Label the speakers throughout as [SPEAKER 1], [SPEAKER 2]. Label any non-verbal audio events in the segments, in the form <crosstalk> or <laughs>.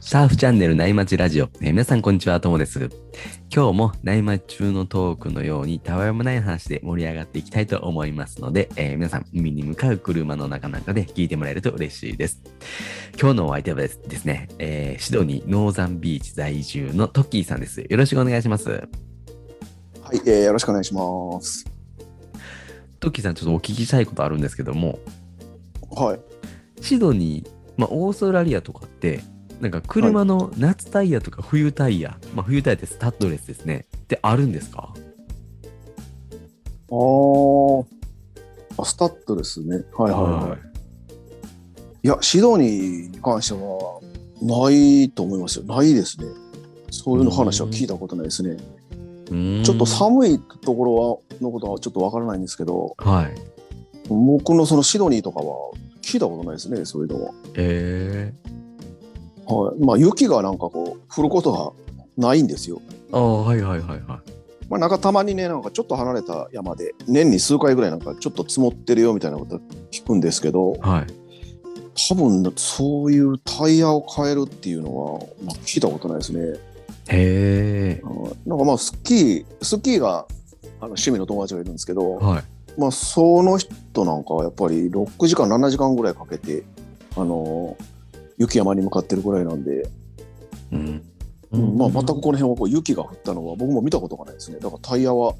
[SPEAKER 1] シャーフチャンネル内町ラジオ、えー皆さんこんにちは、ともです。今日も内町中のトークのようにたわいもない話で盛り上がっていきたいと思いますので、えー皆さん海に向かう車の中なんかで聞いてもらえると嬉しいです。今日のお相手はですですね、えーシドニーノーザンビーチ在住のトッキーさんです。よろしくお願いします。
[SPEAKER 2] はい、えー、よろしくお願いします。
[SPEAKER 1] トッキーさん、ちょっとお聞きしたいことあるんですけども、
[SPEAKER 2] はい。
[SPEAKER 1] シドニー、まあ、オーストラリアとかって、なんか車の夏タイヤとか冬タイヤ、まあ、冬タイヤってスタッドレスですね、ってあるんですか
[SPEAKER 2] あーあ、スタッドですね。はいはいはい。い、や、シドニーに関しては、ないと思いますよ。ないですね。そういうの話は聞いたことないですね。
[SPEAKER 1] い
[SPEAKER 2] ちょっと寒いところはのことはちょっとわからないんですけど、
[SPEAKER 1] はい。
[SPEAKER 2] 僕のそのシドニーとかは聞いたことないですね、そういうのは。
[SPEAKER 1] え
[SPEAKER 2] はい。まあ、雪がなんかこう、降ることはないんですよ。
[SPEAKER 1] ー、ああ、はいはいはいはい。
[SPEAKER 2] まあ、なんかたまにねなんかちょっと離れた山で年に数回ぐらいなんかちょっと積もってるよみたいなこと聞くんですけど
[SPEAKER 1] はい。
[SPEAKER 2] 多分そういうタイヤを変えるっていうのは、まあ、聞いたことないですね。
[SPEAKER 1] へえ
[SPEAKER 2] あ。ーなんかまあスキースキーがあの趣味の友達がいるんですけど、
[SPEAKER 1] はい。
[SPEAKER 2] まあ、その人なんかはやっぱり6時間7時間ぐらいかけてあの雪山に向かってるぐらいなんで、
[SPEAKER 1] うん。
[SPEAKER 2] うんまあ、全くこの辺はこう雪が降ったのは僕も見たことがないですねだからタイヤは、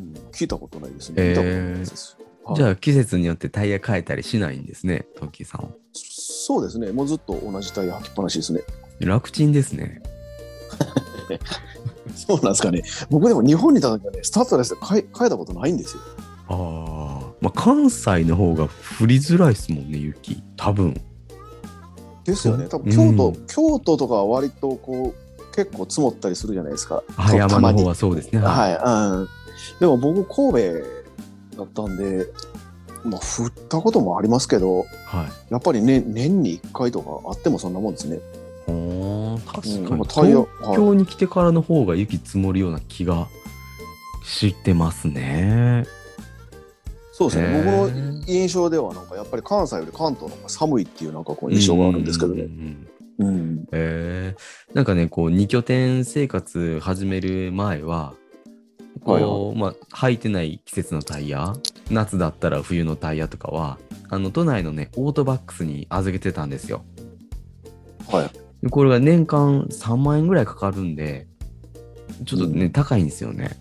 [SPEAKER 2] うん聞いたことないですね見たことないです、
[SPEAKER 1] じゃあ季節によってタイヤ変えたりしないんですね、トッキーさんは。
[SPEAKER 2] そうですねもうずっと同じタイヤ履きっぱなしですね
[SPEAKER 1] 楽ちんですね。 <laughs>
[SPEAKER 2] そうなんですかね僕でも日本にいた時はねスタッドレスで変え変えたことないんですよ
[SPEAKER 1] ああ。まあ関西の方が降りづらいですもんね、雪。多分。
[SPEAKER 2] ですよね
[SPEAKER 1] そ
[SPEAKER 2] 多
[SPEAKER 1] う
[SPEAKER 2] 分京都、
[SPEAKER 1] う
[SPEAKER 2] 京都とかは割とこう結構積もったりするじゃないですか
[SPEAKER 1] あ
[SPEAKER 2] そう
[SPEAKER 1] 山
[SPEAKER 2] たま
[SPEAKER 1] の
[SPEAKER 2] に
[SPEAKER 1] 方はそうですね。い。
[SPEAKER 2] はい、うん、でも僕神戸だったんでまあ降ったこともありますけど
[SPEAKER 1] はい。
[SPEAKER 2] やっぱり、ね、年に1回とかあってもそんなもんですね
[SPEAKER 1] おー
[SPEAKER 2] うん
[SPEAKER 1] 確
[SPEAKER 2] な
[SPEAKER 1] か
[SPEAKER 2] ん
[SPEAKER 1] に。
[SPEAKER 2] かタイヤ、
[SPEAKER 1] 東
[SPEAKER 2] はい
[SPEAKER 1] 京に来てからの方が雪積もるような気がしてますね。
[SPEAKER 2] そうですね、
[SPEAKER 1] へー
[SPEAKER 2] 僕の印象ではなんかやっぱり関西より関東の方が寒いっていうなんかこう印象があるんですけど
[SPEAKER 1] うん
[SPEAKER 2] ね
[SPEAKER 1] う。んうんうん
[SPEAKER 2] うん
[SPEAKER 1] えー、なんかねこう2拠点生活始める前はこう、まあ、履いてない季節のタイヤ夏だったら冬のタイヤとかはあの都内のねオートバックスに預けてたんですよ。
[SPEAKER 2] はい
[SPEAKER 1] でこれが年間3万円ぐらいかかるんでちょっとね、
[SPEAKER 2] う
[SPEAKER 1] 高いんですよね。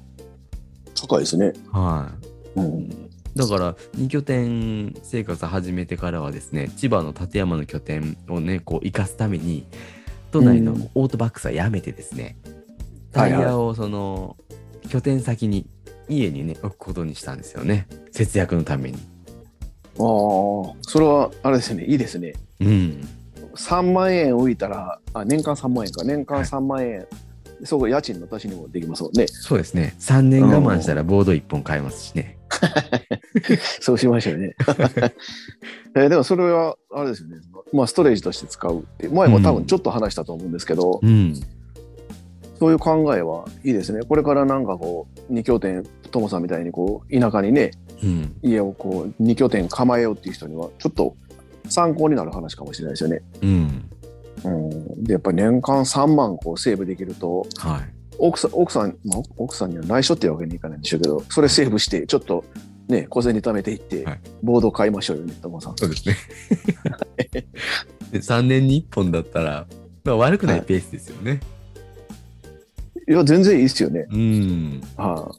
[SPEAKER 2] 高いですね。
[SPEAKER 1] はい、
[SPEAKER 2] うん、
[SPEAKER 1] だから2拠点生活始めてからはですね千葉の館山の拠点をねこう生かすために都内の
[SPEAKER 2] うん
[SPEAKER 1] オートバックスはやめてですね、タ
[SPEAKER 2] はい
[SPEAKER 1] イ
[SPEAKER 2] はい
[SPEAKER 1] ヤをその拠点先に家にね置くことにしたんですよね節約のために
[SPEAKER 2] ああ、それはあれですね、いいですね。
[SPEAKER 1] うん
[SPEAKER 2] 3万円浮いたら、あ年間3万円か、年間
[SPEAKER 1] はい
[SPEAKER 2] 3万円、そこ家賃の足しにもできますもんね。
[SPEAKER 1] そうですね3年我慢したらボード1本買えますしね
[SPEAKER 2] そうしましたよね。 <laughs> えーでもそれはあれですよね、まあ、ストレージとして使うって、前も多分ちょっと話したと思うんですけど、
[SPEAKER 1] うん
[SPEAKER 2] そういう考えはいいですね。これからなんかこう、二拠点、ともさんみたいにこう、田舎にね、
[SPEAKER 1] うん
[SPEAKER 2] 家をこう、二拠点構えようっていう人には、ちょっと参考になる話かもしれないですよね。
[SPEAKER 1] うん
[SPEAKER 2] うん。で、やっぱり年間3万こう、セーブできると、
[SPEAKER 1] はい
[SPEAKER 2] 奥さん、奥さん、まあ、奥さんには内緒っていうわけにいかないんでしょうけど、それセーブして、ちょっと、ね、小銭貯めていって
[SPEAKER 1] はい、
[SPEAKER 2] ボード買いましょうよね、ともさん。
[SPEAKER 1] そうですね <laughs> で3年に1本だったら、まあ、悪くないペースですよね、
[SPEAKER 2] いや、全然いいですよね。
[SPEAKER 1] うん
[SPEAKER 2] は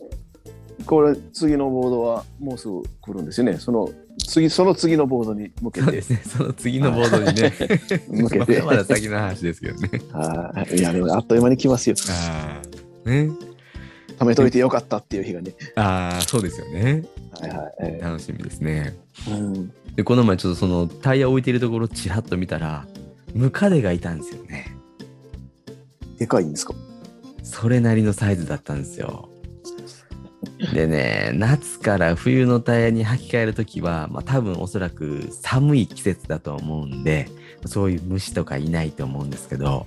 [SPEAKER 2] い。これ、次のボードはもうすぐ来るんですよね。その、次、その次のボードに向け
[SPEAKER 1] そう
[SPEAKER 2] て
[SPEAKER 1] で。すね、その次のボードにね、
[SPEAKER 2] 向け
[SPEAKER 1] まだ
[SPEAKER 2] て。
[SPEAKER 1] まだ先の話ですけどね。
[SPEAKER 2] <laughs> はいいや、でもあっという間に来ますよ。
[SPEAKER 1] ああ、ね、
[SPEAKER 2] 貯めといてよかったっていう日がね。
[SPEAKER 1] ああ、そうですよね。
[SPEAKER 2] はいはい。え
[SPEAKER 1] 楽しみですね。
[SPEAKER 2] ーうん、
[SPEAKER 1] で、この前、ちょっとそのタイヤ置いてるところ、ちらっと見たら、ムカデがいたんですよね。
[SPEAKER 2] でかいんですか。
[SPEAKER 1] それなりのサイズだったんですよ。でね、夏から冬のタイヤに履き替えるときは、まあ多分おそらく寒い季節だと思うんで、そういう虫とかいないと思うんですけど、
[SPEAKER 2] はい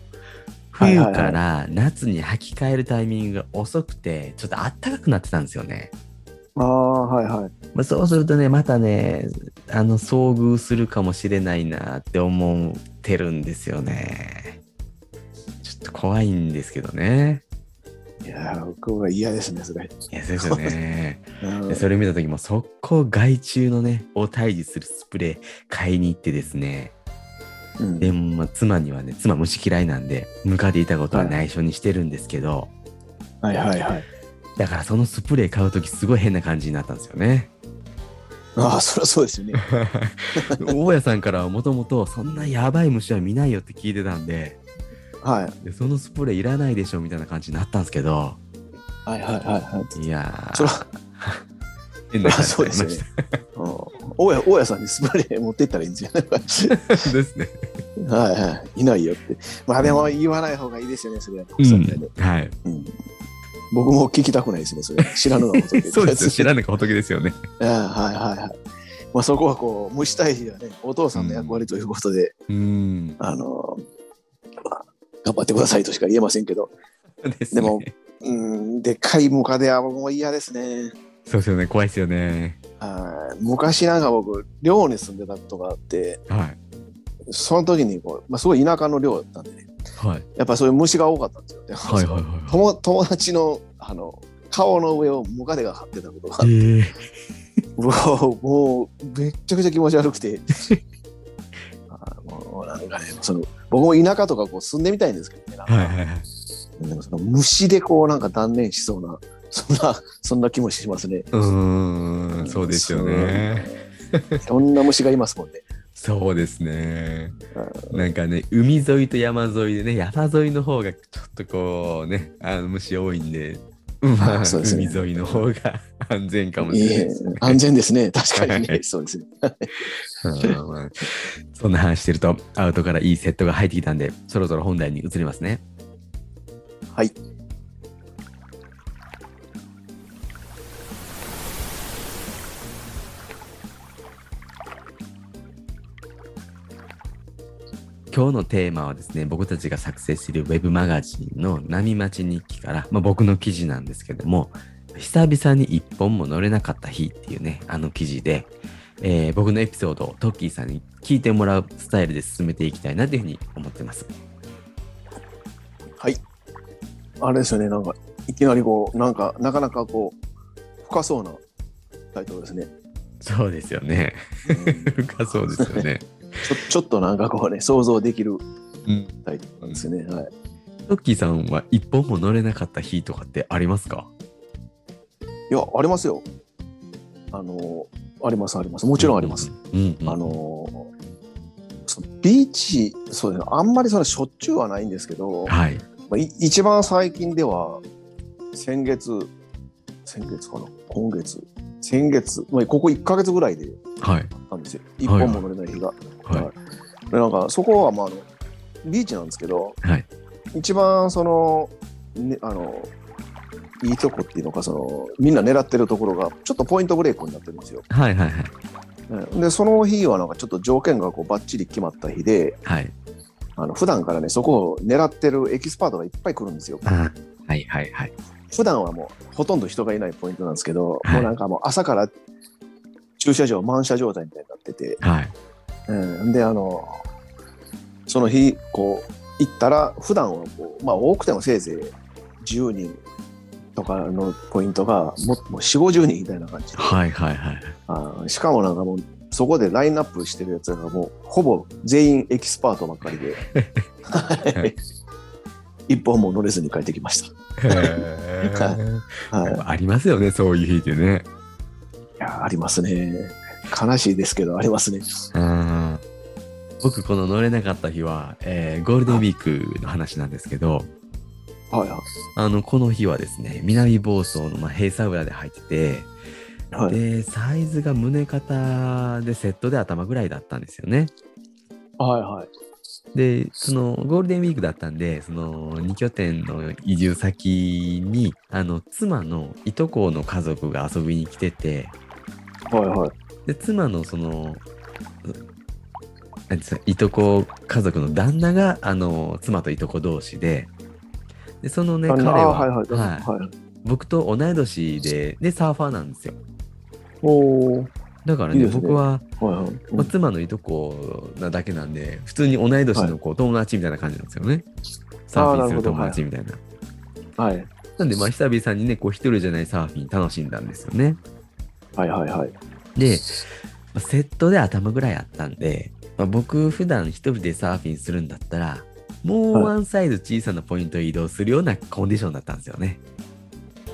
[SPEAKER 1] 冬
[SPEAKER 2] はいはい
[SPEAKER 1] から夏に履き替えるタイミングが遅くて、ちょっと暖かくなってたんですよね。
[SPEAKER 2] ああ、はいはい。
[SPEAKER 1] まあ、そうするとね、またね、あの、遭遇するかもしれないなって思ってるんですよね。ちょっと怖いんですけどね。
[SPEAKER 2] いやー、僕は嫌ですね、それ。
[SPEAKER 1] いや、そうですよね。
[SPEAKER 2] うん
[SPEAKER 1] で <laughs> それ見た時も、速攻害虫のね、を退治するスプレー買いに行ってですね。
[SPEAKER 2] うん
[SPEAKER 1] でも、まあ妻にはね、妻虫嫌いなんで、向かっていたことは内緒にしてるんですけど、
[SPEAKER 2] はいはいはい。
[SPEAKER 1] だからそのスプレー買う時すごい変な感じになったんですよ <laughs> ね。
[SPEAKER 2] ああ、そりゃそうですよね。
[SPEAKER 1] 大家さんからはもともとそんなやばい虫は見ないよって聞いてたんで
[SPEAKER 2] はい。
[SPEAKER 1] でそのスプレーいらないでしょみたいな感じになったんですけど
[SPEAKER 2] はいはいはいはい。
[SPEAKER 1] いやー
[SPEAKER 2] そら
[SPEAKER 1] <laughs> 変な感じ
[SPEAKER 2] そう
[SPEAKER 1] に
[SPEAKER 2] で
[SPEAKER 1] なり
[SPEAKER 2] す
[SPEAKER 1] ま
[SPEAKER 2] ね
[SPEAKER 1] し。
[SPEAKER 2] うん大家、大家さんにスプレー持ってったらいいんじゃない
[SPEAKER 1] た <laughs> ですね。
[SPEAKER 2] はいはい。いないよって。まあでも言わない方がいいですよね、それは。
[SPEAKER 1] うん、はい。
[SPEAKER 2] うん僕も聞きたくないですね、それ。知らぬがも
[SPEAKER 1] そうですよ。知ら
[SPEAKER 2] ぬ。
[SPEAKER 1] ぬか仏ですよね。
[SPEAKER 2] うんはいはいはい。まあそこはこう、虫退治はね、お父さんの役割ということで、
[SPEAKER 1] うん。
[SPEAKER 2] あのーまあ頑張ってくださいとしか言えませんけど、
[SPEAKER 1] です
[SPEAKER 2] で
[SPEAKER 1] ね
[SPEAKER 2] もうん、でっかいムカデは僕も嫌ですね。
[SPEAKER 1] そうですよね。怖いですよね。
[SPEAKER 2] はい昔なんか僕、寮に住んでたことがあって、
[SPEAKER 1] はい。
[SPEAKER 2] その時にこう、まあ、すごい田舎の寮だったんでね、
[SPEAKER 1] はい。
[SPEAKER 2] やっぱそういう虫が多かったんですよ。で
[SPEAKER 1] はいはいは
[SPEAKER 2] 友友達のあの顔の上をムカデが張ってたことがあって
[SPEAKER 1] い。ええ
[SPEAKER 2] うわ <laughs> もうめっちゃくちゃ気持ち悪
[SPEAKER 1] <laughs>
[SPEAKER 2] くてあもうなんかねその僕も田舎とかこう住んでみたいんですけどねなんか
[SPEAKER 1] はいはいはい。
[SPEAKER 2] でもその虫でこうなんか断念しそうな <laughs> そんなそんな気もしますね
[SPEAKER 1] うーん、そうですよね。
[SPEAKER 2] いろんな虫がいますもんね
[SPEAKER 1] そうですね。なんかね、海沿いと山沿いでね、山沿いの方がちょっとこうね、あの虫多いんで、まあ、
[SPEAKER 2] そうです
[SPEAKER 1] 海
[SPEAKER 2] ね
[SPEAKER 1] 沿いの方が安全かもし
[SPEAKER 2] い
[SPEAKER 1] れ
[SPEAKER 2] い
[SPEAKER 1] ない
[SPEAKER 2] え
[SPEAKER 1] ですね。
[SPEAKER 2] 安全ですね確かに
[SPEAKER 1] は
[SPEAKER 2] ね
[SPEAKER 1] い
[SPEAKER 2] そうですね
[SPEAKER 1] うんまあそんな話してると、アウトからいいセットが入ってきたんで、そろそろ本題に移りますね。
[SPEAKER 2] はい
[SPEAKER 1] 今日のテーマはですね、僕たちが作成するウェブマガジンの波待ち日記から、まあ、僕の記事なんですけども、久々に一本も乗れなかった日っていうね、あの記事で、えー僕のエピソードをトッキーさんに聞いてもらうスタイルで進めていきたいなというふうに思ってます。
[SPEAKER 2] あれですよねなんかいきなりこうなんかなかなかこう深そうなタイトルですね、
[SPEAKER 1] そうですよね。
[SPEAKER 2] うんち
[SPEAKER 1] <laughs>
[SPEAKER 2] ょ
[SPEAKER 1] 深そうですよね。
[SPEAKER 2] ちょっ <laughs> となんかこうね想像できる
[SPEAKER 1] うん
[SPEAKER 2] タイトルなんですよね、はい
[SPEAKER 1] トッキーさんは一本も乗れなかった日とかってありますか
[SPEAKER 2] いや、ありますよ。あの、あります、あります。もちろんあります。。
[SPEAKER 1] うん、うん
[SPEAKER 2] あ、の、そのビーチ、そうですね、あんまりそのしょっちゅうはないんですけど、
[SPEAKER 1] はい。
[SPEAKER 2] まあ、い一番最近では、先月、先月かな、今月、先月、まあ、ここ1ヶ月ぐらいで
[SPEAKER 1] はい。
[SPEAKER 2] あったんですよ。一本も乗れない日が。
[SPEAKER 1] はい
[SPEAKER 2] でなんか、そこは、まあ、あの、ビーチなんですけど、
[SPEAKER 1] はい。
[SPEAKER 2] 一番その、ね、あの、いいとこっていうのか、その、みんな狙ってるところが、ちょっとポイントブレイクになってるんですよ。
[SPEAKER 1] はい。はい。はい。
[SPEAKER 2] うんでその日はなんかちょっと条件がこうバッチリ決まった日で
[SPEAKER 1] はい。
[SPEAKER 2] あの普段からねそこを狙ってるエキスパートがいっぱい来るんですよ
[SPEAKER 1] あはい。はい。はい。
[SPEAKER 2] 普段はもうほとんど人がいないポイントなんですけど、
[SPEAKER 1] はい
[SPEAKER 2] もうなんかもう朝から駐車場満車状態みたいになってて、
[SPEAKER 1] はい。
[SPEAKER 2] うん、であのその日こう行ったら普段はこうまあ多くてもせいぜい10人とかのポイントがももう4 5 0人みたいな感じで
[SPEAKER 1] はい。はい。はい。
[SPEAKER 2] あーしかもなんかもうそこでラインナップしてるやつがもうほぼ全員エキスパートばっかりではい一本も乗れずに帰ってきまし
[SPEAKER 1] へー
[SPEAKER 2] た、はい、
[SPEAKER 1] や
[SPEAKER 2] い
[SPEAKER 1] っ <laughs> ぱありますよね、そういう日ってね。
[SPEAKER 2] やありますね悲しいですけどありますね
[SPEAKER 1] うん僕、この乗れなかった日は、えーゴールデンウィークの話なんですけど、
[SPEAKER 2] はいは
[SPEAKER 1] あの、この日はですね、南房総の、まあ、閉鎖裏で入ってて、
[SPEAKER 2] いはい
[SPEAKER 1] で、サイズが胸肩でセットで頭ぐらいだったんですよね。
[SPEAKER 2] はいはい
[SPEAKER 1] で、そのゴールデンウィークだったんで、その2拠点の移住先に、あの、妻のいとこの家族が遊びに来てて、
[SPEAKER 2] はいはい
[SPEAKER 1] で妻のそのうなんていうんですかいとこ家族の旦那があの妻といとこ同士ででそのね
[SPEAKER 2] あ
[SPEAKER 1] 彼は、
[SPEAKER 2] あはいはい
[SPEAKER 1] はい
[SPEAKER 2] はいはい
[SPEAKER 1] 僕と同い年ででサーファーなんですよ
[SPEAKER 2] おー
[SPEAKER 1] だからね
[SPEAKER 2] いいですね
[SPEAKER 1] 僕は、
[SPEAKER 2] はいはい
[SPEAKER 1] まあ、妻のいとこなだけなんで普通に同い年のこう友達みたいな感じなんですよね、サーフィンす
[SPEAKER 2] なる
[SPEAKER 1] る
[SPEAKER 2] ほど
[SPEAKER 1] 友達みたいな。
[SPEAKER 2] はい。
[SPEAKER 1] なんで、まあ、久々にね、こう、一人じゃないサーフィン楽しんだんですよね。
[SPEAKER 2] はいはいはい。
[SPEAKER 1] で、まあセットで頭ぐらいあったんで、まあ、僕、普段一人でサーフィンするんだったら、もう
[SPEAKER 2] はい
[SPEAKER 1] ワンサイズ小さなポイントを移動するようなコンディションだったんですよね。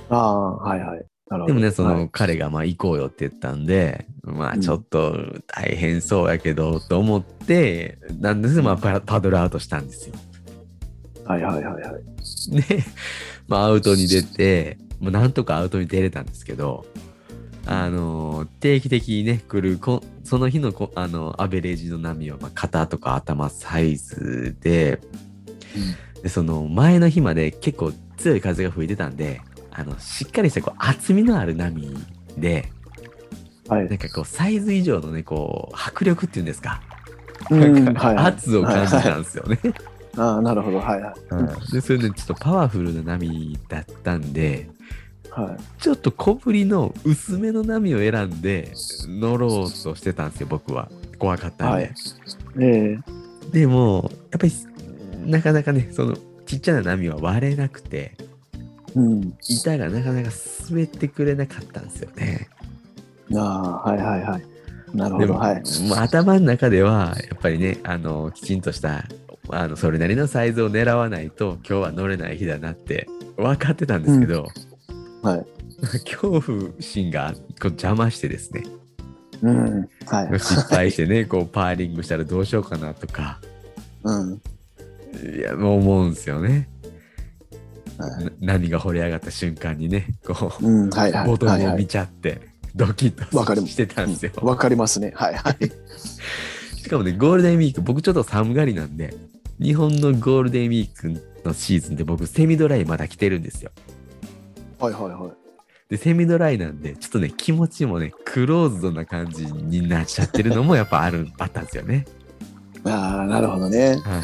[SPEAKER 2] ああ、はいはい。なるほど。
[SPEAKER 1] でもね、そ
[SPEAKER 2] は
[SPEAKER 1] の
[SPEAKER 2] い
[SPEAKER 1] 彼がまあ行こうよって言ったんで、まあ
[SPEAKER 2] うん
[SPEAKER 1] ちょっと大変そうやけどと思って、なんですまあパラパドルアウトしたんですよ。 <laughs>
[SPEAKER 2] はいはいはいはい。
[SPEAKER 1] で、まあアウトに出て、もうなんとかアウトに出れたんですけど、あのー定期的にね、来るこその日のこあのアベレージの波をまあ肩とか頭サイズで、でその前の日まで結構強い風が吹いてたんで、あのしっかりしたこう厚みのある波で、
[SPEAKER 2] はい
[SPEAKER 1] なんかこうサイズ以上のねこう迫力っていうんですか、
[SPEAKER 2] うん
[SPEAKER 1] なんか
[SPEAKER 2] はいはい
[SPEAKER 1] <laughs> 圧を感じたんですよね。
[SPEAKER 2] ああ、なるほど。はいはい。
[SPEAKER 1] <laughs> でそれでちょっとパワフルな波だったんで
[SPEAKER 2] はい。
[SPEAKER 1] ちょっと小ぶりの薄めの波を選んで乗ろうとしてたんですよ僕は怖かったんで、
[SPEAKER 2] はいええ
[SPEAKER 1] でもやっぱりなかなかねそのちっちゃな波は割れなくて
[SPEAKER 2] うん。
[SPEAKER 1] 板がなかなか滑ってくれなかったんですよね。
[SPEAKER 2] ああ、はいはいはい。なるほ
[SPEAKER 1] で
[SPEAKER 2] ど。
[SPEAKER 1] も、
[SPEAKER 2] はい。
[SPEAKER 1] もう頭の中ではやっぱりねあのきちんとしたあのそれなりのサイズを狙わないと今日は乗れない日だなって分かってたんですけど、
[SPEAKER 2] はい。
[SPEAKER 1] 恐怖心がこう邪魔してですね
[SPEAKER 2] うん。はい。
[SPEAKER 1] 失敗してねこうパーリングしたらどうしようかなとか
[SPEAKER 2] うん。
[SPEAKER 1] いやもう思うんですよね、
[SPEAKER 2] はい
[SPEAKER 1] な波が掘り上がった瞬間にねこう、
[SPEAKER 2] うん。はいはい。
[SPEAKER 1] ボト
[SPEAKER 2] はい
[SPEAKER 1] ルを
[SPEAKER 2] は
[SPEAKER 1] 見
[SPEAKER 2] い。
[SPEAKER 1] ちゃって、ドキッと
[SPEAKER 2] わかります
[SPEAKER 1] してたんですよ、
[SPEAKER 2] うんわかりますね。はいはい。
[SPEAKER 1] しかもね、ゴールデンウィーク、僕ちょっと寒がりなんで、日本のゴールデンウィークのシーズンで僕、セミドライまだ着てるんですよ。
[SPEAKER 2] はいはいはい。
[SPEAKER 1] で、セミドライなんで、ちょっとね、気持ちもね、クローズドな感じになっちゃってるの
[SPEAKER 2] <laughs>
[SPEAKER 1] もやっぱある、あったんですよね。
[SPEAKER 2] ああ、なるほどね。
[SPEAKER 1] はい。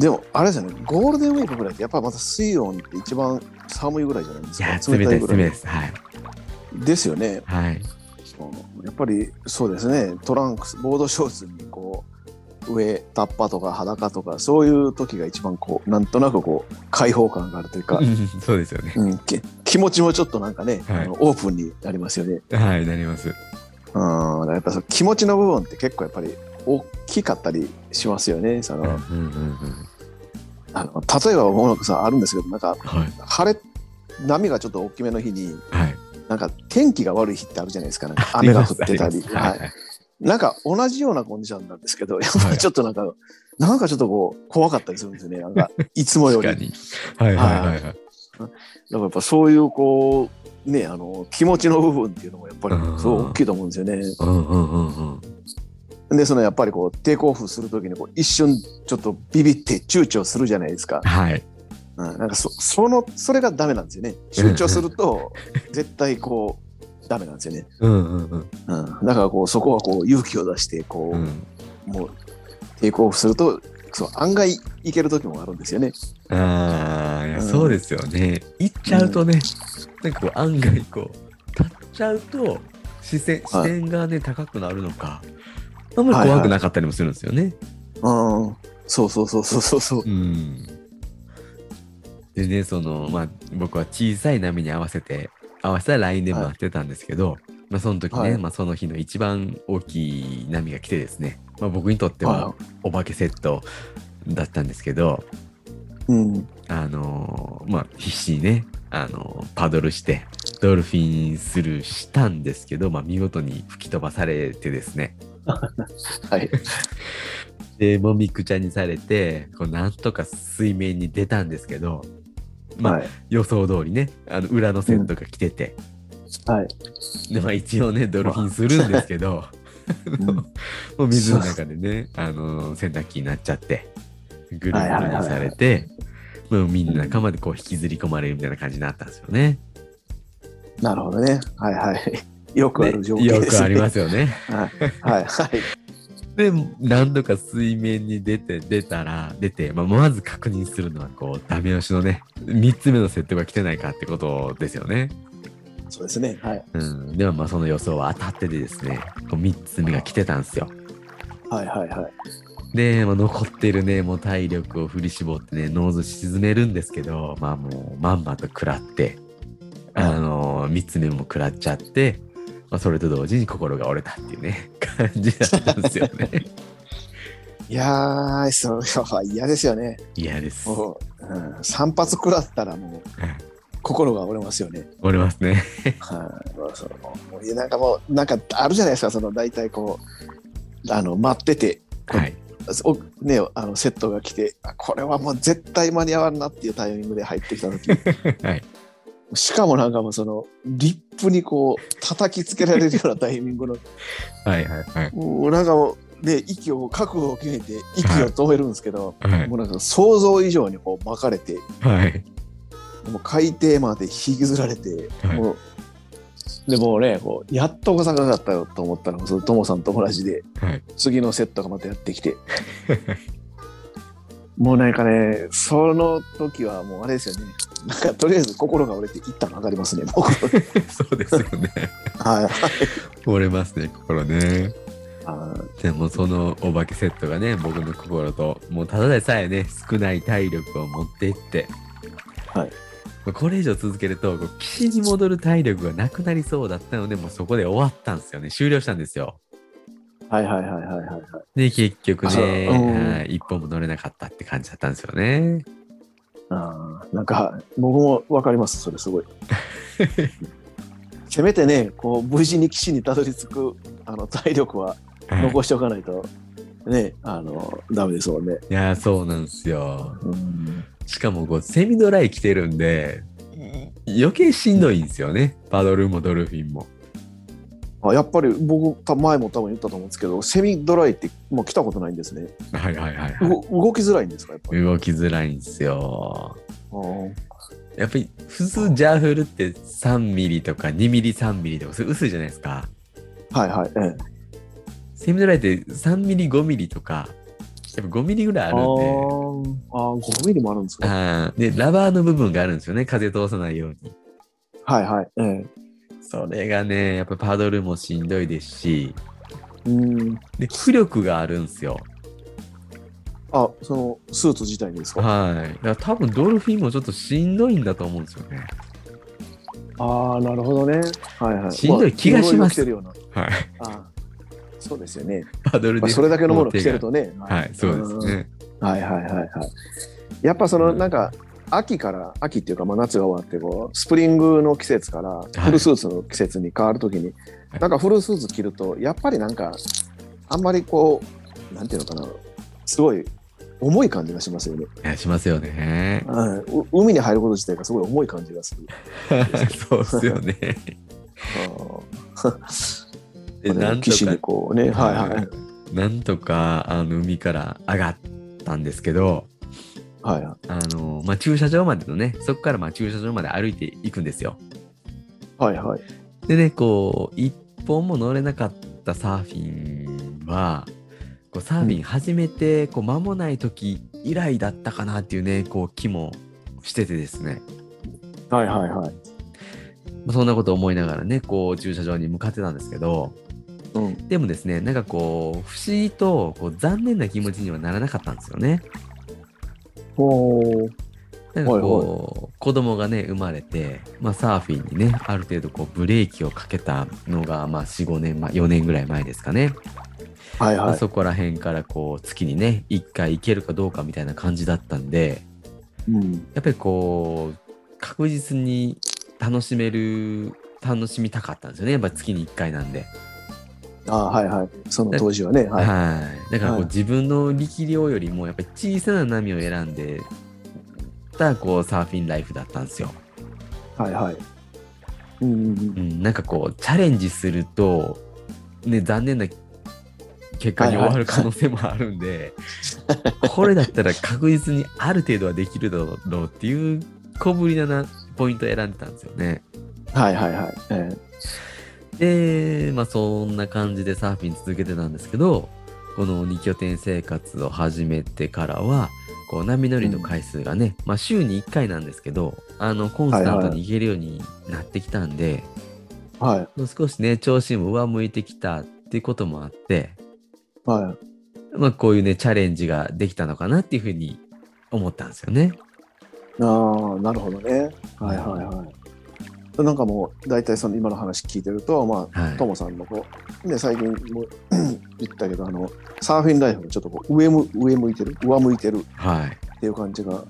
[SPEAKER 2] でも、あれですよね。ゴールデンウィークぐらいって、やっぱまた水温って一番寒いぐらいじゃないで
[SPEAKER 1] いや、
[SPEAKER 2] すか。
[SPEAKER 1] 冷たいです、
[SPEAKER 2] ぐ
[SPEAKER 1] 冷たい
[SPEAKER 2] らい。
[SPEAKER 1] です。はい。
[SPEAKER 2] ですよね。
[SPEAKER 1] はい。
[SPEAKER 2] やっぱりそうですねトランクスボードショーツにこう上タッパとか裸とかそういう時が一番こうなんとなくこう開放感があるというか
[SPEAKER 1] う、んそうですよね。
[SPEAKER 2] うん、き気持ちもちょっとなんかね、
[SPEAKER 1] はい
[SPEAKER 2] あのオープンになりますよね。
[SPEAKER 1] はい、なります。
[SPEAKER 2] うんやっぱその気持ちの部分って結構やっぱり大きかったりしますよね。そ
[SPEAKER 1] うんうん
[SPEAKER 2] の
[SPEAKER 1] うん
[SPEAKER 2] あの例えばものさんあるんですけどなんか
[SPEAKER 1] うん。はい。
[SPEAKER 2] 晴れ波がちょっと大きめの日に
[SPEAKER 1] はい。
[SPEAKER 2] なんか天気が悪い日ってあるじゃないですかなんか雨が
[SPEAKER 1] <laughs>
[SPEAKER 2] 降ってた
[SPEAKER 1] あり
[SPEAKER 2] り。
[SPEAKER 1] ますはい
[SPEAKER 2] はい
[SPEAKER 1] はい。
[SPEAKER 2] なんか同じようなコンディションなんですけど、やっぱ
[SPEAKER 1] はい
[SPEAKER 2] りちょっとなんか、なんかちょっとこう、怖かったりするんですよね。なんか、いつもよ
[SPEAKER 1] 確
[SPEAKER 2] り。
[SPEAKER 1] か
[SPEAKER 2] だ
[SPEAKER 1] に。
[SPEAKER 2] か
[SPEAKER 1] はいはいはいはい。
[SPEAKER 2] らやっぱそういうこう、ね、あの、気持ちの部分っていうのもやっぱり
[SPEAKER 1] うん
[SPEAKER 2] すごい大きいと思うんですよね。
[SPEAKER 1] うんうんうんうん。
[SPEAKER 2] で、そのやっぱりこう、テイクオフするときにこう、一瞬ちょっとビビって躊躇するじゃないですか。
[SPEAKER 1] はい。
[SPEAKER 2] うん、なんかそ、その、それがダメなんですよね。躊躇する
[SPEAKER 1] <laughs>
[SPEAKER 2] と、絶対こう、ダメなんですよね。
[SPEAKER 1] うんうんうん
[SPEAKER 2] うん。だからこう、そこはこう、勇気を出して、こう、
[SPEAKER 1] うん。
[SPEAKER 2] もうテイクオフするとそう案外いける時もあるんですよね。
[SPEAKER 1] ああ、いや、
[SPEAKER 2] うん
[SPEAKER 1] そうですよね。行っちゃうとね、なんかこう案外こう、立っちゃうと、視線、視
[SPEAKER 2] はい
[SPEAKER 1] 線がね、高くなるのか、あんまり怖くなかったりもするんですよね。
[SPEAKER 2] うん、そうそうそうそうそうそう。
[SPEAKER 1] うん。でね、その、まあ、僕は小さい波に合わせて、合わせたら LINE で待ってたんですけど、まあ、その時ね、
[SPEAKER 2] はい
[SPEAKER 1] まあ、その日の一番大きい波が来てですね、まあ、僕にとっては
[SPEAKER 2] は
[SPEAKER 1] お化けセットだったんですけど、
[SPEAKER 2] い、うん、
[SPEAKER 1] あのーまあ必死にね、あのーパドルしてドルフィンスルーしたんですけど、まあ、見事に吹き飛ばされてですね
[SPEAKER 2] はい、
[SPEAKER 1] でもみくちゃにされてこうなんとか水面に出たんですけど、まあ
[SPEAKER 2] はい、
[SPEAKER 1] 予想通りねあの裏のセットが来てて、
[SPEAKER 2] はい、
[SPEAKER 1] でまあ、一応ねドルフィンするんですけど、
[SPEAKER 2] うん
[SPEAKER 1] もう水の中でね、あの洗濯機になっちゃってぐるぐるにされて。もうみんな仲間でこう引きずり込まれるみたいな感じになったんですよね。
[SPEAKER 2] なるほどね。はいはい。よくある状
[SPEAKER 1] ね
[SPEAKER 2] 況
[SPEAKER 1] よ
[SPEAKER 2] です、ね。
[SPEAKER 1] くありますよね。
[SPEAKER 2] はいはい。
[SPEAKER 1] で、何度か水面に出て、出たら、出て、まあ、まず確認するのは、こう、ダメ押しのね、3つ目のセットが来てないかってことですよね。
[SPEAKER 2] そうですね。はい
[SPEAKER 1] うん。では、まあ、その予想は当たっててですね、こう3つ目が来てたんですよ。
[SPEAKER 2] はいはいはい。
[SPEAKER 1] で、まあ、残ってるね、もう体力を振り絞ってね、ノーズ沈めるんですけど、まあもう、まんまと食らって、あのー、三つ目も食らっちゃって、まあ、それと同時に心が折れたっていうね、感じだったんですよね。
[SPEAKER 2] いやー、それは嫌ですよね。
[SPEAKER 1] 嫌です。
[SPEAKER 2] もう、うん、3発食らったらもう、心が折れますよね。
[SPEAKER 1] 折れますね。
[SPEAKER 2] はい、まあ、そのもうなんかもうなんかあるじゃないですかその大体こうあの待ってて
[SPEAKER 1] はい。
[SPEAKER 2] お、ね、あのセットが来てあこれはもう絶対間に合わんなっていうタイミングで入ってきた時
[SPEAKER 1] <laughs> はい。
[SPEAKER 2] しかもなんかもうそのリップにこう叩きつけられるようなタイミングの
[SPEAKER 1] はいはいはい。
[SPEAKER 2] もうなんかもうね息を覚悟を決めて息を止めるんですけど、
[SPEAKER 1] はい。
[SPEAKER 2] もうなんか想像以上にこう巻かれて
[SPEAKER 1] はい。
[SPEAKER 2] もう海底まで引きずられて、
[SPEAKER 1] はい
[SPEAKER 2] もうでもうねこうやっとさがかったよと思ったのがそのトモさんと同じで
[SPEAKER 1] はい。 <laughs>
[SPEAKER 2] 次のセットがまたやってきてもうなんかねその時はもうあれですよねなんかとりあえず心が折れて一旦上がりますね僕はい
[SPEAKER 1] そうですよね。 <laughs>
[SPEAKER 2] はい
[SPEAKER 1] 折れますね、心ね。
[SPEAKER 2] あ
[SPEAKER 1] でもそのお化けセットがね僕の心ともうただでさえね少ない体力を持っていって、
[SPEAKER 2] はい
[SPEAKER 1] まあこれ以上続けるとこう岸に戻る体力がなくなりそうだったのでもうそこで終わったんですよね終了したんですよ
[SPEAKER 2] ーはいはいはいはいはいはい
[SPEAKER 1] で結局
[SPEAKER 2] あそう
[SPEAKER 1] ね
[SPEAKER 2] う
[SPEAKER 1] は
[SPEAKER 2] ん
[SPEAKER 1] い一本も乗れなかったって感じだったんですよね
[SPEAKER 2] あーなんか僕も分かりますそれすごいせめてねこう無事に岸にたどり着くあの体力は残しておかないと、ね、あの、ダメですもんね。
[SPEAKER 1] いやーそうなんですよしかもこうセミドライ来てるんで余計しんどいんですよねパドルもドルフィンも
[SPEAKER 2] あやっぱり僕、た前も多分言ったと思うんですけど、セミドライってもう来たことないんですね。
[SPEAKER 1] はいはいはい、は
[SPEAKER 2] う
[SPEAKER 1] い、
[SPEAKER 2] ご動きづらいんですか、やっぱり。
[SPEAKER 1] 動きづらいんですよ
[SPEAKER 2] あー
[SPEAKER 1] やっぱり普通ジャーフルって3ミリとか2ミリ3ミリとかそれ薄いじゃないですか。
[SPEAKER 2] はいはい。ええ
[SPEAKER 1] セミドライって3ミリ5ミリとかやっぱ5ミリぐらいあ
[SPEAKER 2] あ
[SPEAKER 1] るんで
[SPEAKER 2] ーあー、5ミリもあるんですか。
[SPEAKER 1] あーでラバーの部分があるんですよね風通さないように。
[SPEAKER 2] はいはい。ええ
[SPEAKER 1] それがねやっぱパドルもしんどいですし
[SPEAKER 2] うん
[SPEAKER 1] で浮力があるんですよ。
[SPEAKER 2] あ、そのスーツ自体にですか。
[SPEAKER 1] はい。だから多分ドルフィンもちょっとしんどいんだと思うんですよね。
[SPEAKER 2] ああ、なるほどね。はいはい。
[SPEAKER 1] しんどい気がします
[SPEAKER 2] まあいろいろ来てるよ
[SPEAKER 1] はい。
[SPEAKER 2] うなあーそうですよね。
[SPEAKER 1] パドル
[SPEAKER 2] まあ、
[SPEAKER 1] で。
[SPEAKER 2] それだけのもの
[SPEAKER 1] 持っ
[SPEAKER 2] 着てる。とね。
[SPEAKER 1] はい、そうですね。
[SPEAKER 2] はいはいはいはい。やっぱそのなんか秋から秋っていうかまあ夏が終わってこうスプリングの季節からフルスーツの季節に変わるときに、
[SPEAKER 1] はい
[SPEAKER 2] なんかフルスーツ着るとやっぱりなんかあんまりこうなんていうのかなすごい重い感じがしますよね、
[SPEAKER 1] いやしますよね。
[SPEAKER 2] <laughs> うん、う海に入ること自体がすごい重い感じがす
[SPEAKER 1] <laughs>
[SPEAKER 2] る。
[SPEAKER 1] そうですよね。で
[SPEAKER 2] うん
[SPEAKER 1] なんと
[SPEAKER 2] 岸
[SPEAKER 1] か
[SPEAKER 2] にこうね、はいはい
[SPEAKER 1] なんとかあの海から上がったんですけど、
[SPEAKER 2] はいはい
[SPEAKER 1] あのまあ、駐車場までのね、そこからまあ駐車場まで歩いていくんですよ。
[SPEAKER 2] はいはい
[SPEAKER 1] でね、こう、一本も乗れなかったサーフィンは、こうサーフィン始めてこう間もない時以来だったかなっていうね、こう気もしててですね、
[SPEAKER 2] はいはいはい。
[SPEAKER 1] まあそんなこと思いながらね、こう駐車場に向かってたんですけど、
[SPEAKER 2] うん
[SPEAKER 1] でもですね、なんかこう、不思議とこう残念な気持ちにはならなかったんですよね。
[SPEAKER 2] おー
[SPEAKER 1] なんかこう、子供がね生まれて、まあ、サーフィンにねある程度こうブレーキをかけたのが、まあ、45年前4年ぐらい前ですかね、
[SPEAKER 2] はい
[SPEAKER 1] ま
[SPEAKER 2] は
[SPEAKER 1] あ
[SPEAKER 2] い。
[SPEAKER 1] そこら辺からこう月にね1回行けるかどうかみたいな感じだったんで
[SPEAKER 2] うん
[SPEAKER 1] やっぱりこう確実に楽しめる楽しみたかったんですよねやっぱ月に1回なんで。
[SPEAKER 2] あーはいはい。その当時はね。は
[SPEAKER 1] はいい、だからこ
[SPEAKER 2] は
[SPEAKER 1] う
[SPEAKER 2] い
[SPEAKER 1] 自分の力量よりもやっぱり小さな波を選んでたこうサーフィンライフだったんですよ。
[SPEAKER 2] はいはい。うんうんうん
[SPEAKER 1] うん、なんかこうチャレンジすると、ね、残念な結果に終わる可能性もあるんで、これだったら確実にある程度はできるだろうっていう小ぶりななポイントを選んでたんですよね。
[SPEAKER 2] はいはいはい。ええ
[SPEAKER 1] で、まあ、そんな感じでサーフィン続けてたんですけどこの2拠点生活を始めてからはこう波乗りの回数がね、まあ、週に1回なんですけどあのコンスタントに行けるようになってきたんで。
[SPEAKER 2] はい
[SPEAKER 1] もう少しね、調子も上向いてきたっていうこともあって、
[SPEAKER 2] は
[SPEAKER 1] まあ、こういうね、チャレンジができたのかなっていうふうに思ったんですよね。
[SPEAKER 2] ああ、なるほどね。はいはいはい。なんかもう、大体その今の話聞いてると、ま
[SPEAKER 1] は
[SPEAKER 2] あ、
[SPEAKER 1] い
[SPEAKER 2] と。もさんのこう、 <clears throat> ね、最近も言ったけど、あの、サーフィンライフもちょっとこう上む、上向いてる、上向いてる
[SPEAKER 1] はい。
[SPEAKER 2] っていう感じが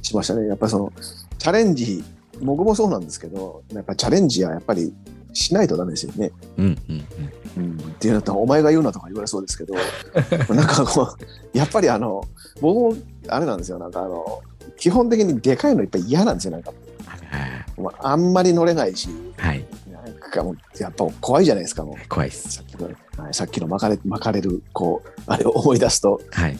[SPEAKER 2] しましたね。やっぱりその、チャレンジ、僕もそうなんですけど、やっぱチャレンジはやっぱりしないとダメですよね。
[SPEAKER 1] うんうん
[SPEAKER 2] うん、っていうのとお前が言うなとか言われそうですけどなんかこうやっぱりあの僕もあれなんですよなんかあの基本的にでかいのいっぱい嫌なんですよなん
[SPEAKER 1] う
[SPEAKER 2] か
[SPEAKER 1] ん。はい
[SPEAKER 2] まああんまり乗れないし
[SPEAKER 1] はい。
[SPEAKER 2] なんかもうやっぱ怖いじゃないですかもう
[SPEAKER 1] 怖いっす。
[SPEAKER 2] さっきの、はい、さっきの巻かれ巻かれるこうあれを思い出すと、
[SPEAKER 1] はい。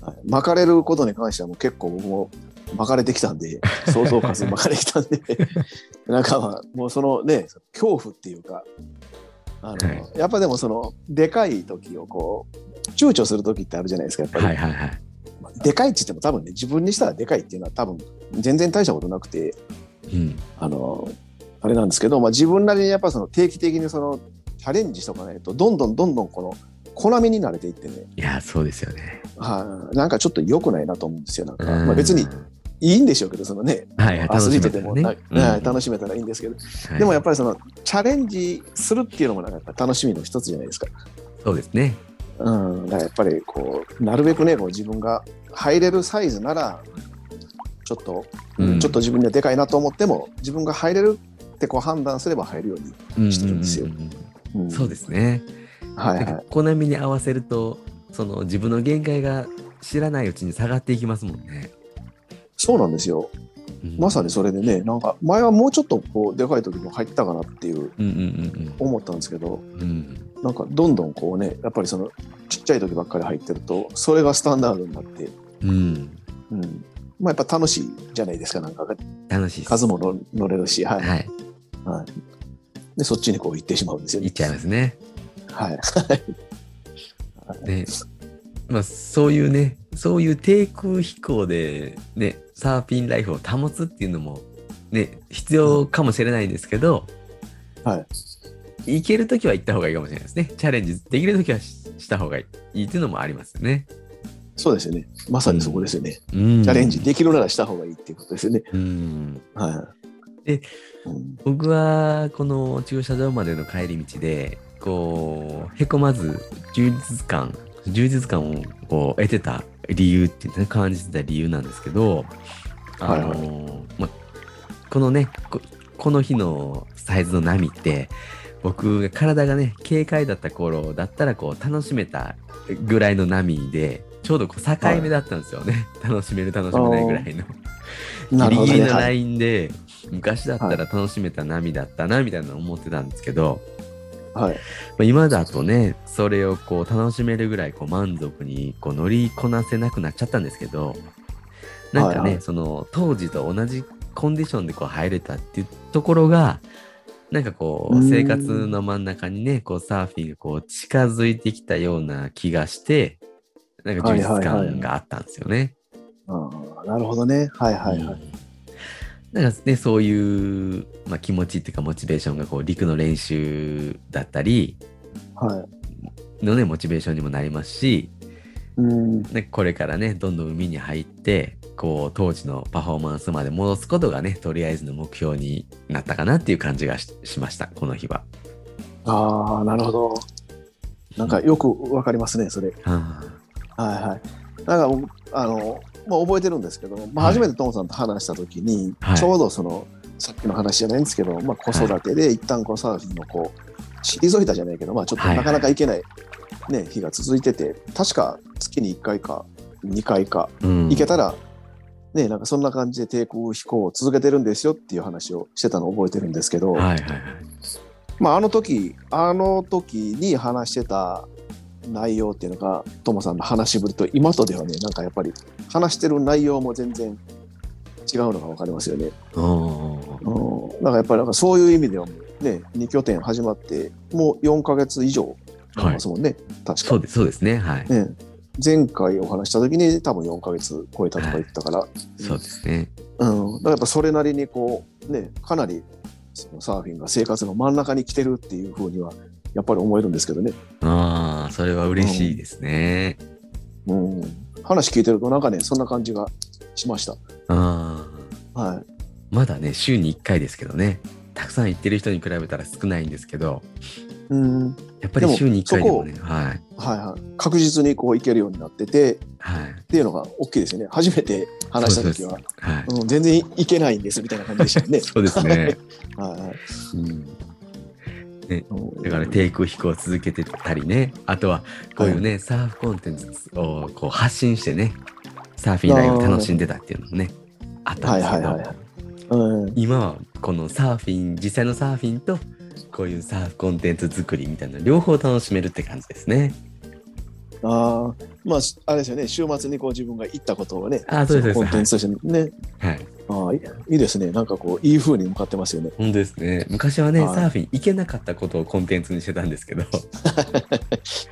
[SPEAKER 2] はい巻かれることに関してはもう結構僕も巻かれてきた
[SPEAKER 1] <laughs>
[SPEAKER 2] んで想像数巻かれてきたんでなんかまあもうそのね恐怖っていうかあの、
[SPEAKER 1] はい
[SPEAKER 2] やっぱでもそのでかい時をこう躊躇する時ってあるじゃないですかやっぱり、
[SPEAKER 1] はいはいはい。
[SPEAKER 2] まあでかいって言っても多分ね自分にしたらでかいっていうのは多分全然大したことなくて
[SPEAKER 1] うん。
[SPEAKER 2] あのあれなんですけど、まあ、自分なりにやっぱその定期的にそのチャレンジしとかないとどんどんどんどんこの好みに慣れていってね
[SPEAKER 1] いや、そうですよね。
[SPEAKER 2] はいなんかちょっと良くないなと思うんですよなんか、
[SPEAKER 1] うん
[SPEAKER 2] まあ、別にいいんでしょうけどそのね
[SPEAKER 1] はいはい。
[SPEAKER 2] アスリートでも、なはい
[SPEAKER 1] 楽
[SPEAKER 2] 楽しめたらいいんですけど、
[SPEAKER 1] しみ
[SPEAKER 2] でもや
[SPEAKER 1] っ
[SPEAKER 2] っぱりそのチャレンジするっていうのもなんかやっぱ楽しみの一つじゃないですか。
[SPEAKER 1] ぱ。そうですね。
[SPEAKER 2] うん、だからやっぱりこうなるべくねこう自分が入れるサイズならちょっと、
[SPEAKER 1] うん
[SPEAKER 2] ちょっと自分にはでかいなと思っても自分が入れるってこう判断すれば入るように、してるんですよ
[SPEAKER 1] うううん
[SPEAKER 2] うん
[SPEAKER 1] そうですね。
[SPEAKER 2] はい
[SPEAKER 1] なんか
[SPEAKER 2] はい
[SPEAKER 1] 好みに合わせると、その自分の限界が知らないうちに下がっていきますもんね。
[SPEAKER 2] そうなんですよ
[SPEAKER 1] うん
[SPEAKER 2] まさにそれでねなんか前はもうちょっとこうでかい時も入ったかなっていう
[SPEAKER 1] うんうん
[SPEAKER 2] 思ったんですけど
[SPEAKER 1] うんうん。うん
[SPEAKER 2] なんかどんどんこうねやっぱりそのちっちゃい時ばっかり入ってるとそれがスタンダードになって
[SPEAKER 1] うん。
[SPEAKER 2] うんまあやっぱ楽しいじゃないですか、なんか
[SPEAKER 1] 楽しいっす。
[SPEAKER 2] 数もの乗れるし、はい。
[SPEAKER 1] はい。
[SPEAKER 2] で、そっちにこう行ってしまうんですよね。
[SPEAKER 1] いっちゃいますね。
[SPEAKER 2] はい。
[SPEAKER 1] ね。まあ、そういうね、そういう低空飛行で、ね、サーフィンライフを保つっていうのも、ね、必要かもしれないんですけど、
[SPEAKER 2] はい。
[SPEAKER 1] 行けるときは行った方がいいかもしれないですね。チャレンジできるときはしした方がいいっていうのもありますよね。
[SPEAKER 2] そうですよね。まさにそこですよね。
[SPEAKER 1] うん
[SPEAKER 2] チャレンジできるならした方がいいっていうことですよね。
[SPEAKER 1] うん。
[SPEAKER 2] はい。
[SPEAKER 1] で
[SPEAKER 2] うん、
[SPEAKER 1] 僕は、この駐車場までの帰り道で、こう、へこまず充実感、充実感をこう得てた理由っていうね、感じてた理由なんですけど、あのまこのねこ、この日のサイズの波って、僕が体がね、軽快だった頃だったらこう楽しめたぐらいの波で、ちょうどこう境目だったんですよね。楽しめる楽しめないぐらいの。
[SPEAKER 2] な
[SPEAKER 1] ギ
[SPEAKER 2] るほ
[SPEAKER 1] リ
[SPEAKER 2] ど
[SPEAKER 1] ギリ
[SPEAKER 2] ね。
[SPEAKER 1] の
[SPEAKER 2] は
[SPEAKER 1] ラ
[SPEAKER 2] い。
[SPEAKER 1] インで、昔だったら楽しめた波だったなみたいなの思ってたんですけど、
[SPEAKER 2] はい、
[SPEAKER 1] まあ今だとねそれをこう楽しめるぐらいこう満足にこう乗りこなせなくなっちゃったんですけどなんかね、
[SPEAKER 2] はいはい
[SPEAKER 1] その当時と同じコンディションでこう入れたっていうところがなんかこ
[SPEAKER 2] う
[SPEAKER 1] うん生活の真ん中にねこうサーフィンがこう近づいてきたような気がしてなんか充実
[SPEAKER 2] はいはいは
[SPEAKER 1] 感
[SPEAKER 2] い
[SPEAKER 1] があったんですよね。
[SPEAKER 2] ああなるほどね。はいはい
[SPEAKER 1] う
[SPEAKER 2] はい。
[SPEAKER 1] んなんかね、そういう、まあ、気持ちっていうかモチベーションがこう陸の練習だったり
[SPEAKER 2] はい。
[SPEAKER 1] のねモチベーションにもなりますし、
[SPEAKER 2] うん。
[SPEAKER 1] ね、これからねどんどん海に入ってこう当時のパフォーマンスまで戻すことがねとりあえずの目標になったかなっていう感じがししましたこの日は。
[SPEAKER 2] ああ、なるほど。なんかよくわかりますね、それ。
[SPEAKER 1] あー
[SPEAKER 2] はいはい。なんか、あの、まあ、覚えてるんですけど、まあ、
[SPEAKER 1] はい
[SPEAKER 2] 初めてトモさんと話したときに、
[SPEAKER 1] はい
[SPEAKER 2] ちょうどその、さっきの話じゃないんですけど、まあ、子育てで一旦こうサーフィンのこう、退いたじゃないけど、まあ、ちょっと
[SPEAKER 1] はいはい
[SPEAKER 2] なかなか行けない、ね、日が続いてて、確か月に1回か2回か
[SPEAKER 1] うん
[SPEAKER 2] 行けたら、ね、なんかそんな感じで低空飛行を続けてるんですよっていう話をしてたのを覚えてるんですけど、
[SPEAKER 1] はいはいはい。
[SPEAKER 2] まあ、あの時、あの時に話してた内容っていうのが、トモさんの話しぶりと今とではね、なんかやっぱり話してる内容も全然違うのが分かりますよね。
[SPEAKER 1] おー
[SPEAKER 2] うん、なんかやっぱりなんかそういう意味ではもうね、2拠点始まって、もう4ヶ月以上なんですもんね、確
[SPEAKER 1] そ
[SPEAKER 2] か
[SPEAKER 1] うですそうですねはい、
[SPEAKER 2] ね。前回お話した時に多分4ヶ月超えたとか言ったから、
[SPEAKER 1] そうですね。
[SPEAKER 2] うん、だからやっぱそれなりにこう、ね、かなりそのサーフィンが生活の真ん中に来てるっていうふうにはやっぱり思えるんですけどね。
[SPEAKER 1] ああそれは嬉しいですね。
[SPEAKER 2] うん、話聞いてるとなんかねそんな感じがしました。
[SPEAKER 1] あー
[SPEAKER 2] はい、
[SPEAKER 1] まだね、週に1回ですけどね、たくさん行ってる人に比べたら少ないんですけど、
[SPEAKER 2] うんはい
[SPEAKER 1] やっぱり
[SPEAKER 2] でも
[SPEAKER 1] 週に1回でもね、はい。
[SPEAKER 2] はい、確実にこういけるようになってて
[SPEAKER 1] はい。
[SPEAKER 2] っていうのが大きいですよね初めて話した時は、
[SPEAKER 1] はい。
[SPEAKER 2] うん、全然いけないんですみたいな感じでしたよ
[SPEAKER 1] <laughs>
[SPEAKER 2] ね。
[SPEAKER 1] そうですね。
[SPEAKER 2] はいはい
[SPEAKER 1] うん
[SPEAKER 2] うん
[SPEAKER 1] だから低空飛行を続けてたりねあとはこういうね、サーフコンテンツをこう発信してねサーフィンライフを楽しんでたっていうのもねあったんですけど、
[SPEAKER 2] はいはいはうん、
[SPEAKER 1] 今はこのサーフィン実際のサーフィンとこういうサーフコンテンツ作りみたいな両方楽しめるって感じですね。
[SPEAKER 2] あーまあしあれですよね週末にこう自分が行ったことをね
[SPEAKER 1] あそうですそ
[SPEAKER 2] コ
[SPEAKER 1] う
[SPEAKER 2] ンテン
[SPEAKER 1] です。
[SPEAKER 2] ツとしてね、
[SPEAKER 1] はい、
[SPEAKER 2] ああいいいですねなんかこういい風に向かってますよね。
[SPEAKER 1] 本当ですね。昔はね、
[SPEAKER 2] はい
[SPEAKER 1] サーフィン行けなかったことをコンテンツにしてたんですけ
[SPEAKER 2] <laughs>
[SPEAKER 1] ど、
[SPEAKER 2] ま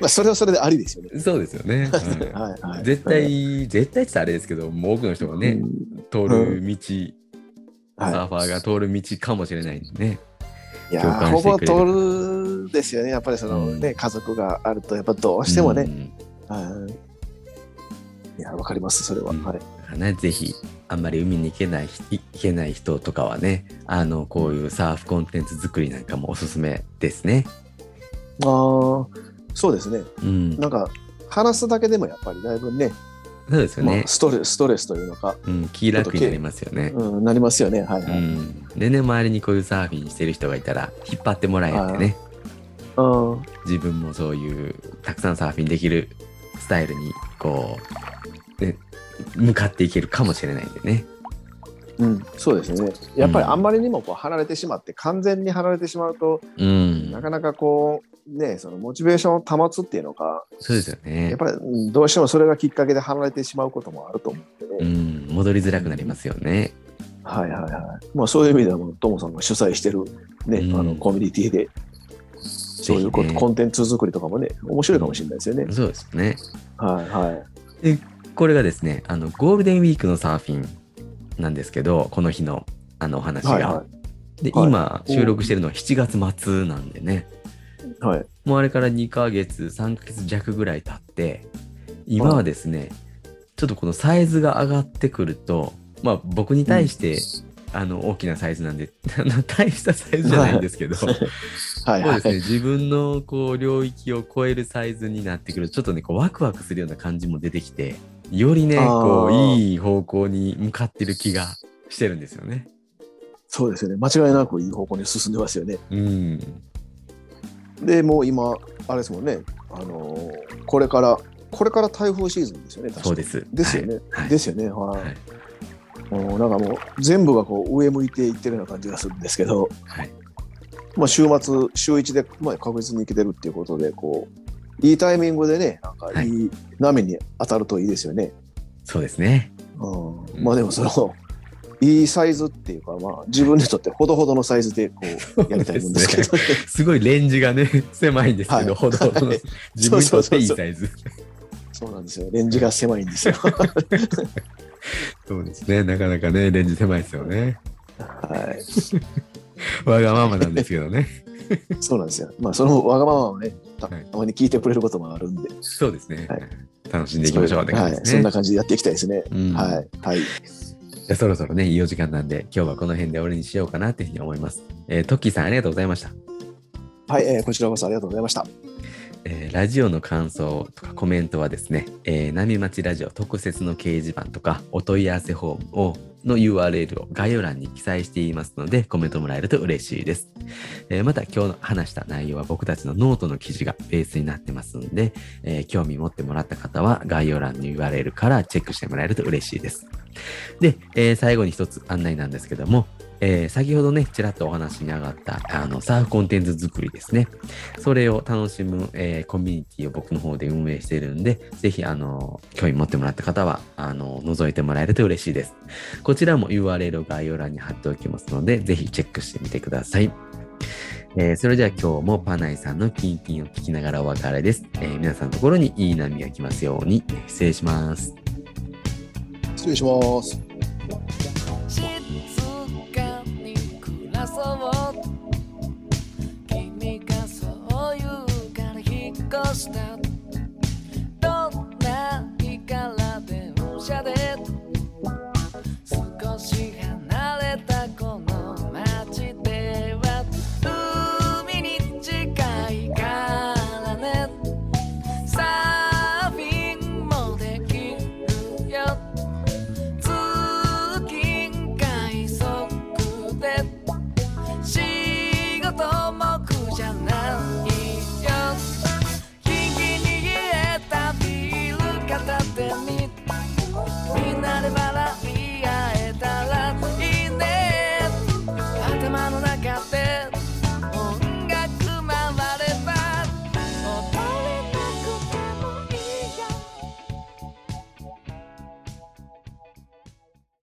[SPEAKER 2] あそれはそれでありですよね。
[SPEAKER 1] そうですよ
[SPEAKER 2] <laughs>
[SPEAKER 1] ね。うん
[SPEAKER 2] はいはい、
[SPEAKER 1] 絶対、絶対って言ったらあれですけど、もう多くの人がね、
[SPEAKER 2] うん
[SPEAKER 1] 通る道、サ
[SPEAKER 2] は
[SPEAKER 1] ーファーが通る道かもしれないんでね。
[SPEAKER 2] い、いや
[SPEAKER 1] 共
[SPEAKER 2] ー
[SPEAKER 1] 感
[SPEAKER 2] ほ
[SPEAKER 1] して
[SPEAKER 2] ぼ
[SPEAKER 1] くれる
[SPEAKER 2] 通るですよねやっぱりその、
[SPEAKER 1] うん
[SPEAKER 2] ね家族があるとやっぱどうしても
[SPEAKER 1] う
[SPEAKER 2] ね、
[SPEAKER 1] ん
[SPEAKER 2] はいいやわかりますそれは、
[SPEAKER 1] うん
[SPEAKER 2] はい
[SPEAKER 1] だからね、ぜひ、あんまり海に行けない人、行けない人とかはね、あの、こういうサーフコンテンツ作りなんかもおすすめですね。
[SPEAKER 2] あーそうですね
[SPEAKER 1] うん。
[SPEAKER 2] なんか話すだけでもやっぱりだいぶね
[SPEAKER 1] そうですよ
[SPEAKER 2] ま
[SPEAKER 1] ね
[SPEAKER 2] あ、。ストレストレスというのか、
[SPEAKER 1] うん、気楽になりますよね。
[SPEAKER 2] うん、なりますよねはいは
[SPEAKER 1] う
[SPEAKER 2] い、
[SPEAKER 1] ん。でね、周りにこういうサーフィンしてる人がいたら、引っ張ってもらえてね、
[SPEAKER 2] うん
[SPEAKER 1] 自分もそういう、たくさんサーフィンできるスタイルに、こう、ね、向かっていけるかもしれないんでね。
[SPEAKER 2] うん、そうですねやっぱりあんまりにもこう離れてしまって完全に離れてしまうと
[SPEAKER 1] うん
[SPEAKER 2] な。かなかこうねそのモチベーションを保つっていうのか
[SPEAKER 1] そうですよね。
[SPEAKER 2] やっぱりうんどうしてもそれがきっかけで離れてしまうこともあると思うん
[SPEAKER 1] う
[SPEAKER 2] でね、
[SPEAKER 1] ん、戻りづらくなりますよね。
[SPEAKER 2] はいはいはいまあ、そういう意味ではもうトモさんが主催してる、ね
[SPEAKER 1] うん
[SPEAKER 2] あのコミュニティでそういうこと、
[SPEAKER 1] ぜひね
[SPEAKER 2] コンテンツ作りとかもね面白いかもしれないですよね、
[SPEAKER 1] そうですね。
[SPEAKER 2] はいはい
[SPEAKER 1] これがですね、あのゴールデンウィークのサーフィンなんですけど、この日のあのお話が。
[SPEAKER 2] はいは
[SPEAKER 1] で、
[SPEAKER 2] はい
[SPEAKER 1] 今収録してるのは7月末なんでね、
[SPEAKER 2] いはい
[SPEAKER 1] もうあれから2ヶ月、3ヶ月弱ぐらい経って、今はですね、ちょっとこのサイズが上がってくると、まあ僕に対して、あの大きなサイズなんで、 <laughs> あの大したサイズじゃないんですけど、
[SPEAKER 2] はい
[SPEAKER 1] そう
[SPEAKER 2] は
[SPEAKER 1] ですね
[SPEAKER 2] い
[SPEAKER 1] 自分のこう領域を超えるサイズになってくるとちょっとねこうワクワクするような感じも出てきてよりね
[SPEAKER 2] あー
[SPEAKER 1] こういい方向に向かってる気がしてるんですよね。
[SPEAKER 2] そうですよね間違いなくいい方向に進んでますよね
[SPEAKER 1] うん、
[SPEAKER 2] でもう今あれですもんね、あのーこれからこれから台風シーズンですよね確か
[SPEAKER 1] そうです。
[SPEAKER 2] ですよね、
[SPEAKER 1] はい。
[SPEAKER 2] ですよねはい、
[SPEAKER 1] はい
[SPEAKER 2] もうなんかもう全部がこう上向いていってるような感じがするんですけど、
[SPEAKER 1] はいはい
[SPEAKER 2] まあ、週末週一で、まあ、確実に行けてるっていうことでこういいタイミングでねなんかいい波に当たるといいですよね、
[SPEAKER 1] そうですね。
[SPEAKER 2] うん、まあでもそのいいサイズっていうか、まあ、自分にとってほどほどのサイズでこうやりたいもんですけどね、
[SPEAKER 1] すごいレンジがね <laughs> 狭いんですけど、
[SPEAKER 2] はい
[SPEAKER 1] ほどほどの
[SPEAKER 2] はい
[SPEAKER 1] 自分にとっていい
[SPEAKER 2] そうそうそうそう
[SPEAKER 1] サイズ。
[SPEAKER 2] <laughs>
[SPEAKER 1] <laughs>
[SPEAKER 2] そうなんですよレンジが狭いんですよ
[SPEAKER 1] そうですね。なかなかねレンジ狭いですよね。
[SPEAKER 2] はい
[SPEAKER 1] わがままなんですけど
[SPEAKER 2] <laughs>
[SPEAKER 1] ね。
[SPEAKER 2] そうなんですよ。まあ、そのわがままをね、た
[SPEAKER 1] はい
[SPEAKER 2] たまに聞いてくれることもあるんで、
[SPEAKER 1] そうですね。
[SPEAKER 2] はい
[SPEAKER 1] 楽しんでいきましょうって
[SPEAKER 2] は
[SPEAKER 1] 感
[SPEAKER 2] い
[SPEAKER 1] じ、です
[SPEAKER 2] そん
[SPEAKER 1] ね。
[SPEAKER 2] な感じでやっていきたいですね。
[SPEAKER 1] うん
[SPEAKER 2] はい、はい、
[SPEAKER 1] じゃあそろそろね、いいお時間なんで、今日はこの辺で終わりにしようかなっていうふうに思います。えートッキーさん、ありがとうございました。
[SPEAKER 2] はい、えーこちらこそありがとうございました。
[SPEAKER 1] えーラジオの感想とかコメントはですね、えー、波町ラジオ特設の掲示板とか、お問い合わせフォームをの URL を概要欄に記載していますので、コメントもらえると嬉しいです。えーまた、今日の話した内容は僕たちのノートの記事がベースになってますので、えー興味持ってもらった方は概要欄の URL からチェックしてもらえると嬉しいです。で、えー最後に一つ案内なんですけども、えー先ほどね、ちらっとお話に上がった、あの、サーフコンテンツ作りですね。それを楽しむ、えーコミュニティを僕の方で運営しているんで、ぜひ、あの、興味持ってもらった方は、あの、覗いてもらえると嬉しいです。こちらも URL を概要欄に貼っておきますので、ぜひチェックしてみてください。えーそれでは今日もパナイさんのキンキンを聞きながらお別れです。えー皆さんのところにいい波が来ますように、失礼します。
[SPEAKER 2] 失礼します。
[SPEAKER 3] 静かに暮らそう君がそう言うから引っ越した